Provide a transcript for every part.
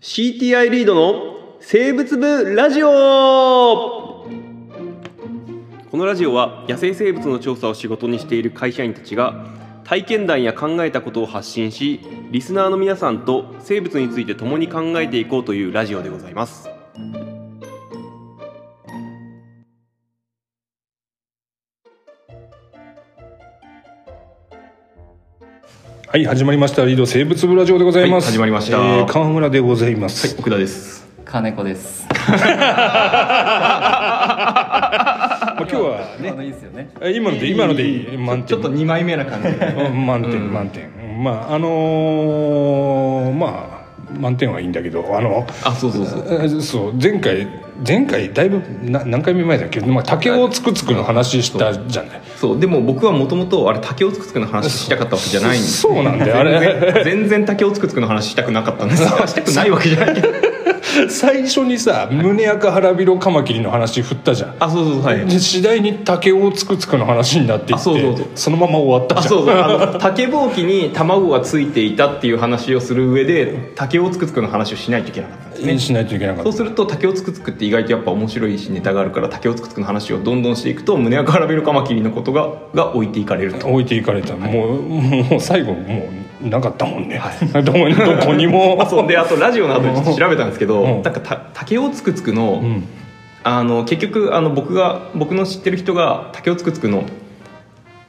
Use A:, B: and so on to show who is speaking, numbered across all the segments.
A: CTI リードの生物部ラジオこのラジオは野生生物の調査を仕事にしている会社員たちが体験談や考えたことを発信しリスナーの皆さんと生物について共に考えていこうというラジオでございます
B: はい、始まりました。リード生物部ラジオでございます。
C: はい始まりました
B: えー川村でございます。
C: はい、奥田です。
D: 金子です。
B: まあ、今日はね、
D: あのいいですよね。
B: え今ので、今のでいい、満
C: ち
B: 点。
C: ょっと二枚目な感じで。
B: うん満点、満点。まあ、あのーまあ、満点はいいんだけど、あの。
C: あ、そうそうそう。
B: えそう前回前回だいぶな何回目前だっけ、まあ、竹をつくつくの話したじゃない
C: そう、でも僕はもともとあれ竹をつくつくの話したかったわけじゃない んです。
B: そうなんだよあれ
C: 全然竹をつくつくの話したくなかったん です。したくないわけじゃないけど。
B: 最初にさ胸赤腹広カマキリの話振ったじゃん
C: あ、そうそうそうはい。
B: で次第に竹をつくつくの話になっていって
C: あそうそうそう
B: のまま終わった
C: あ
B: じゃん
C: そうそうあの竹ぼうきに卵がついていたっていう話をする上で竹をつくつくの話をしないといけなかったんですね
B: しないといけなかっ
C: そう
B: た
C: すると竹をつくつくって意外とやっぱ面白いしネタがあるから竹をつくつくの話をどんどんしていくと胸アカラベルカマキリのことがが置いていかれると
B: 置いていかれた、もうもう最後もうなかったもんね、 どこにどこに
C: あ
B: も
C: そうであとラジオの後にちょっと調べたんですけど、
B: うん
C: なんかた竹尾つくつくの,、
B: うん
C: あの結局あの僕が僕の知ってる人が竹尾つくつくの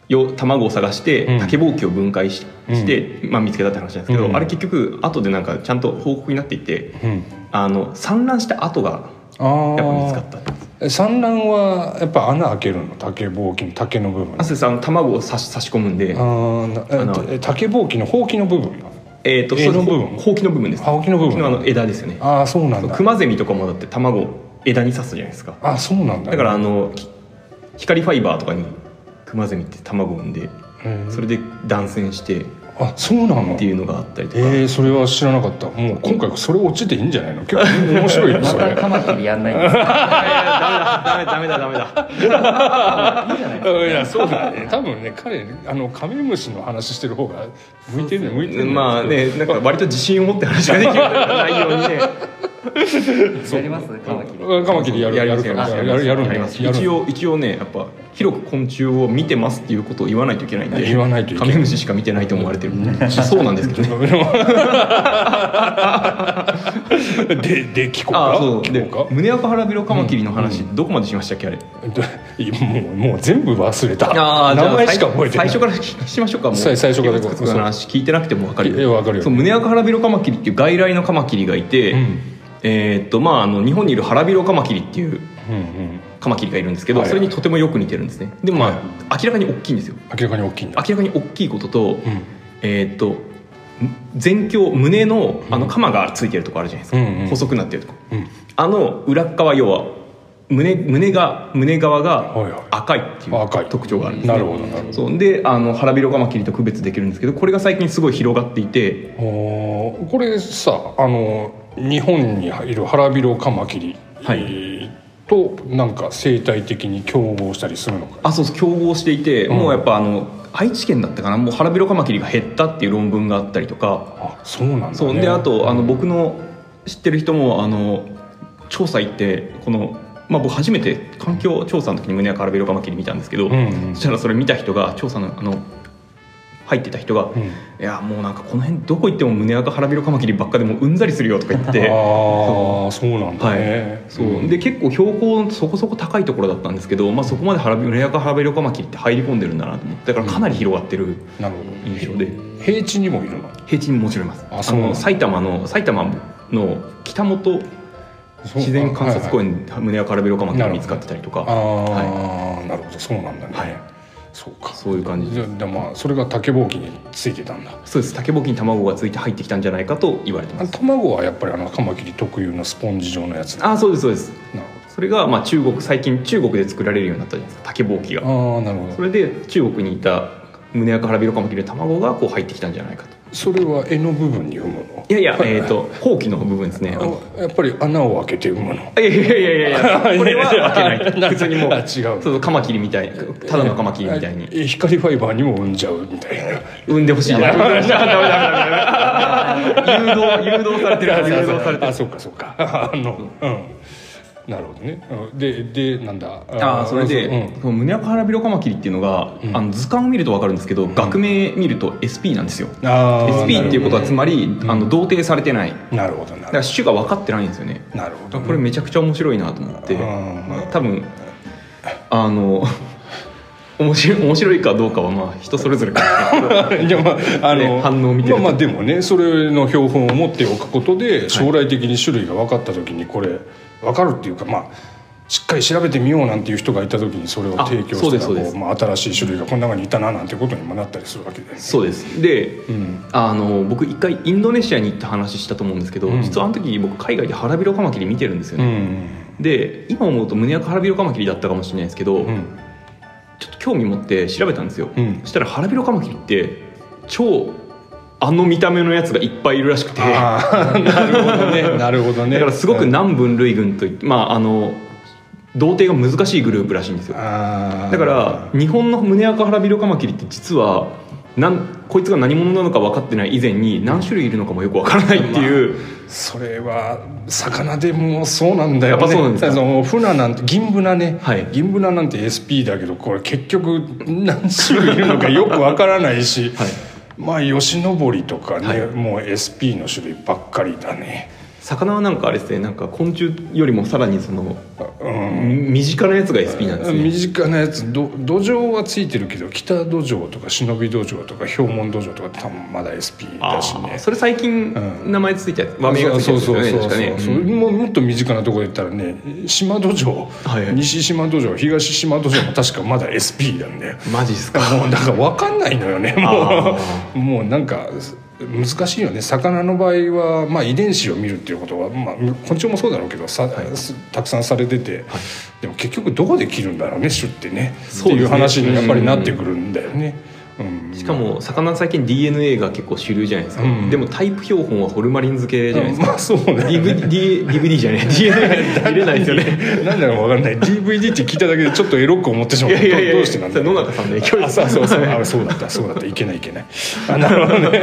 C: よ卵を探して、
B: うん
C: 竹ぼうきを分解し
B: うん
C: して、まあ、見つけたって話なんですけど、
B: うん
C: あれ結局後でなんかちゃんと報告になっていて
B: うん
C: あの産卵した跡が
B: あ
C: や
B: ー
C: っぱ見つかったって
B: え産卵はやっぱ穴開けるの竹ぼうきの竹の部分
C: あそうですあの卵を差し差し込むんで、
B: あーな
C: 穴
B: ええ竹ぼうきのほうきの部分
C: えっ、と
B: 柄の
C: そうです
B: 部分
C: ほうきの部分です
B: あほうきの部
C: ほうきのあ
B: 分
C: の枝ですよね
B: ああそうなんだ
C: クマゼミとかもだって卵を枝に刺すじゃないですか
B: あそうなんだ
C: だからあのき光ファイバーとかにクマゼミって卵を産んで
B: へー
C: それで断線してっ
B: あそうなの
C: ていうのがあったり とか、
B: えー、それは知らなかったもう今回それ落ちていいんじゃないの結構面白いよ
D: ま
B: そ
D: た
B: れ
D: カマキリやんないんですか。
C: ダメだダメだダメだ
D: いいじゃないですか。
B: いやそうだね 多分ね彼あのカメムシの話してる方が向いてるね向いてるね
C: まあねなんか割と自信を持って話ができる内容にね
D: やりますカマキリ。
B: カマキリやるやる
C: り
B: から
C: ます
B: やるやるんだ
C: り
B: よ
C: ます
B: やる
C: 一応一応ねやっぱ広く昆虫を見てますっていうことを言わないといけないんで
B: 言わないといけない
C: カメムシしか見てないと思われてるそうなんです けどね
B: でで聞こう
C: あ
B: か
C: あそう
B: 聞
C: で
B: こうか
C: 胸アカハラビロカマキリの話、どこまでしましたっけあれ
B: もうもう全部忘れた
C: ーじゃ
B: 名
C: あ
B: 前しか覚えてない
C: 最最初から聞きしましょうかもう
B: さい最初から
C: つくつくの話聞いてなくても分かる
B: え分かるよ
C: そう胸アカハラビロカマキリっていう外来のカマキリがいて、
B: うん
C: えーっとまああの日本にいるハラビロカマキリっていう
B: うんうん
C: カマキリがいるんですけど、
B: はい
C: それにとてもよく似てるんですねでもまあ、
B: は
C: 明らかに大きいんですよ
B: 明らかに大きいんだ
C: 明らかに大きいことと、
B: うん
C: えーっと前胸胸のあのカマがついてるとこあるじゃないですか、
B: うんうん
C: 細くなってるとこ
B: うん
C: あの裏っ側要は胸胸が胸側
B: はいはい
C: が赤いってい
B: 赤いう
C: 特徴があるんですね
B: なるほどなるほど
C: そうであのハラビロカマキリと区別できるんですけどこれが最近すごい広がっていて
B: おーこれさあの日本にいるハラビロカマキリ、
C: はい
B: えーとなんか生態的に競合したりするのか
C: あそうそう競合していて、
B: ん
C: もうやっぱあの愛知県だったかなもうハラビロカマキリが減ったっていう論文があったりとか、
B: あそうなんだ、ね、
C: そうであとあの僕の知ってる人もあの調査行ってこの、まあ、僕初めて環境調査の時に胸やハラビロカマキリ見たんですけど、
B: うんうん
C: そしたらそれ見た人が調査のあの入ってた人が、
B: うん
C: いやもうなんかこの辺どこ行っても胸アカハラビロカマキリばっかでもううんざりするよとか言って
B: あ
C: て
B: ーそうなんだね、
C: そう、
B: ん
C: で結構標高そこそこ高いところだったんですけど、まあ、そこまでハラビレアカハラベロカマキリって入り込んでるんだなと思ってだからかなり広がってる
B: なるほ
C: 印象で、
B: ど平地にもいるの
C: 平地にもちろんいます
B: あそうなんだ
C: の埼玉の埼玉の北本自然観察公
B: 園
C: 園で胸アカハラベロカマキリ見つかってたりと
B: あ
C: か
B: あ、なるほどそうなんだね、
C: はい
B: そうか
C: そういう感じ
B: じゃあでまあそれが竹ぼうきについてたんだ
C: そうです竹ぼうきに卵がついて入ってきたんじゃないかと言われて
B: あ
C: ま
B: の
C: す
B: 卵はやっぱりあのカマキリ特有のスポンジ状のやつ
C: ああそうですそうです
B: なる
C: それがまあ中国最近中国で作られるようになったじゃないですか竹ぼうきが
B: ほどああなるほど
C: それで中国にいた胸アカハラビロカマキリの卵がこう入ってきたんじゃないかと
B: それは絵の部分に産むの
C: いやいや、えっ、 と、ほうきの部分ですね。あの
B: あやっぱり穴を開けて産むの
C: いやいやいやいやいや、これは開けない。普通にもう、
B: あ違う
C: そうそうカマキリみたい、ただのカマキリみたいに。
B: え光ファイバーにも産んじゃうみたいな
C: 産んでほしい。ダメダメダメダメ誘導、誘導されてる。誘導されてる。
B: あそうかそうか あのうんなるほどねうんででなんだ
C: あーそれで、
B: うん
C: その胸アカラビロカマキリっていうのが、
B: うん
C: あの図鑑を見ると分かるんですけど、学名見ると SP なんですよ
B: あー
C: SP っていうことはつまり、あの同定されてないだか
B: なるほどなるほ
C: ら種が分かってないんですよね
B: どなるほど
C: これめちゃくちゃ面白いなと思って、
B: うん
C: 多分あの 面白い面白いかどうかはまあ人それぞれかもしれな いけど
B: いやまああの
C: ね反応を見てる
B: ま
C: と
B: あまあでもねそれの標本を持っておくことで将来的に種類が分かった時にこれ分かるっていうかまあしっかり調べてみようなんていう人がいた時にそれを提供
C: あそう
B: し
C: です
B: た
C: そう
B: ら
C: で
B: こ
C: す
B: う、まあ、新しい種類がこの中にいたななんてことにもなったりするわけです
C: そうですで、
B: ん
C: あの僕一回インドネシアに行った話したと思うんですけど、
B: うん
C: 実はあの時僕海外でハラビロカマキリ見てるんですよ
B: う
C: ね、
B: ん
C: で今思うと胸アカハラビロカマキリだったかもしれないですけど、
B: うん
C: ちょっと興味持って調べたんですよ、
B: うん
C: そしたらハラビロカマキリって超あの見た目のやつがいっぱいいるらしくてだ
B: ああ なるほどねなるほど ね
C: からすごく南分類群といって、まああの同定が難しいグループらしいんですよ
B: あー
C: だから日本の胸アカハラビロカマキリって実はなんこいつが何者なのか分かってない以前に何種類いるのかもよく分からないっていう、
B: それは魚でもそうなんだよ
C: や
B: ね
C: っぱそうなんですか
B: あの船なんて銀ブナね、
C: はい
B: 銀ブナなんて SP だけどこれ結局何種類いるのか よくわからないし、
C: はい
B: まあ吉登りとかね、
C: はい
B: もう SP の種類ばっかりだね
C: 魚はなんかあれですねなんか昆虫よりもさらにその
B: うん
C: 身近なやつが SP なんですね
B: 身近なやつど土壌はついてるけど北土壌とか忍び土壌とか氷門土壌とか多分まだ SP
C: あ
B: だしね
C: ーそれ最近
B: うん
C: 名前ついたやつ、和名がついた
B: そ
C: や
B: う
C: つです
B: そ
C: よ
B: う
C: ね
B: そう
C: 確かね
B: そうそれ
C: うん
B: ももっと身近なところで言ったらね島土壌、
C: はいはい
B: 西島土壌東島土壌も確かまだ SP なんで
C: マジっすか
B: もうなんか分かんないのよね
C: あ
B: もうもうなんか難しいよね魚の場合は、まあ、遺伝子を見るっていうことは、まあ、昆虫もそうだろうけどさ、すたくさんされてて、でも結局どこで切るんだろうね種ってね
C: そうですね
B: っていう話にやっぱりなってくるんだよね。うん
C: しかも魚最近 DNA が結構主流じゃないですか、
B: うん
C: でもタイプ標本はホルマリン漬けじゃないですか、
B: まあそうだよね
C: DVD, DVD じゃない DNA が入れないですよね
B: なんだかわかんない DVD って聞いただけでちょっとエロく思ってしま
C: いう
B: ど
C: やいやいや
B: どうしてなん
C: そ
B: だ
C: れ
B: ろ
C: 野
B: う
C: 中さんの影響で
B: あ
C: す
B: そうそうそうあそうだったそうだったいけないいけないあなるほどね
D: 僕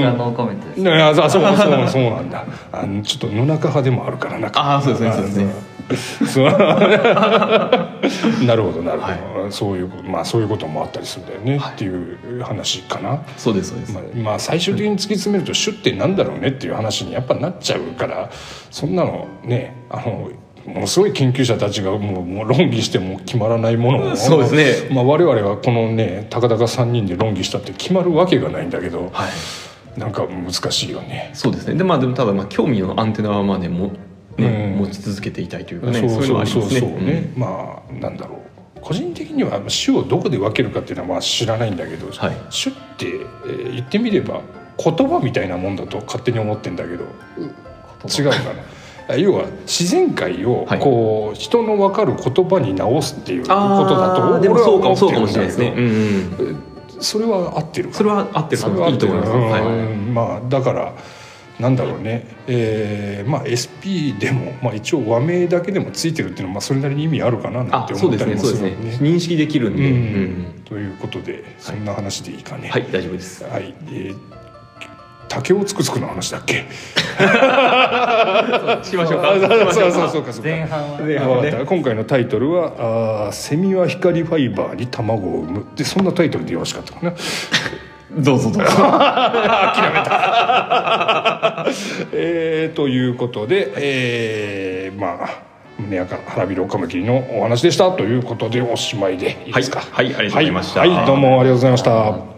D: はノーコメントです、
B: いやあそうそうそうなんだあのちょっと野中派でもあるからな
C: あそうですねそうですね
B: そうなるほどなるほど、そういうまあそういうこともあったりするんだよね、っていう話かな
C: そうですそうです、
B: まあ、まあ最終的に突き詰めると種ってなんだろうねっていう話にやっぱなっちゃうからそんなのねあのものすごい研究者たちがもうもう論議しても決まらないものを
C: そうですね
B: まあ、我々はこのねたかだか3人で論議したって決まるわけがないんだけど、
C: はい
B: なんか難しいよね。
C: そうですねでまあでもただまあ興味のアンテナはまあねもね、
B: うん
C: 持ち続けていたいというか
B: そう
C: ねそういうのはありますね
B: そうそうそうね、まあなんだろう個人的には種をどこで分けるかっていうのはまあ知らないんだけど、
C: はい
B: 種って、えー言ってみれば言葉みたいなもんだと勝手に思ってんだけど違うかな要は自然界を
C: はい
B: こう、人の分かる言葉に直すっていうこと
C: あー
B: だと
C: でも
B: 俺は
C: そうか
B: 思
C: も
B: って
C: そうかもしれ
B: るんだ
C: ないですね、
B: け
C: う
B: ど
C: んうん、
B: それは合ってるかな
C: それは合ってる
B: それは合
C: いい
B: って
C: と
B: る
C: 思います、はい
B: うんまあだからなんだろうね、えーまあ SP でも、まあ、一応和名だけでもついてるっていうのは、まあ、それなりに意味あるかななん
C: あ
B: て
C: そう
B: 思っ
C: で
B: た
C: すねそ
B: りも
C: う
B: す
C: です
B: る
C: ね
B: よね。
C: 認識できるん
B: うん
C: で、うん
B: ということでそんな話でいいかね。
C: はい大丈夫です
B: はい、えー竹をつくつくの話だっけ。
C: しましょう
B: あ
C: か
B: そうそうそうそうかそうか。
D: 前半は
C: 前
B: あ
C: 半は
B: わかっ
C: ね
B: た今回のタイトルは「あーセミは光ファイバーに卵を産む」でそんなタイトルでよろしかったかな。
C: どうぞどうぞ
B: えーということで、えーまあ胸やか腹びろカマキリのお話でしたということでおしまいでいいですか
C: はいはいありがとうございました
B: はいはいどうもありがとうございました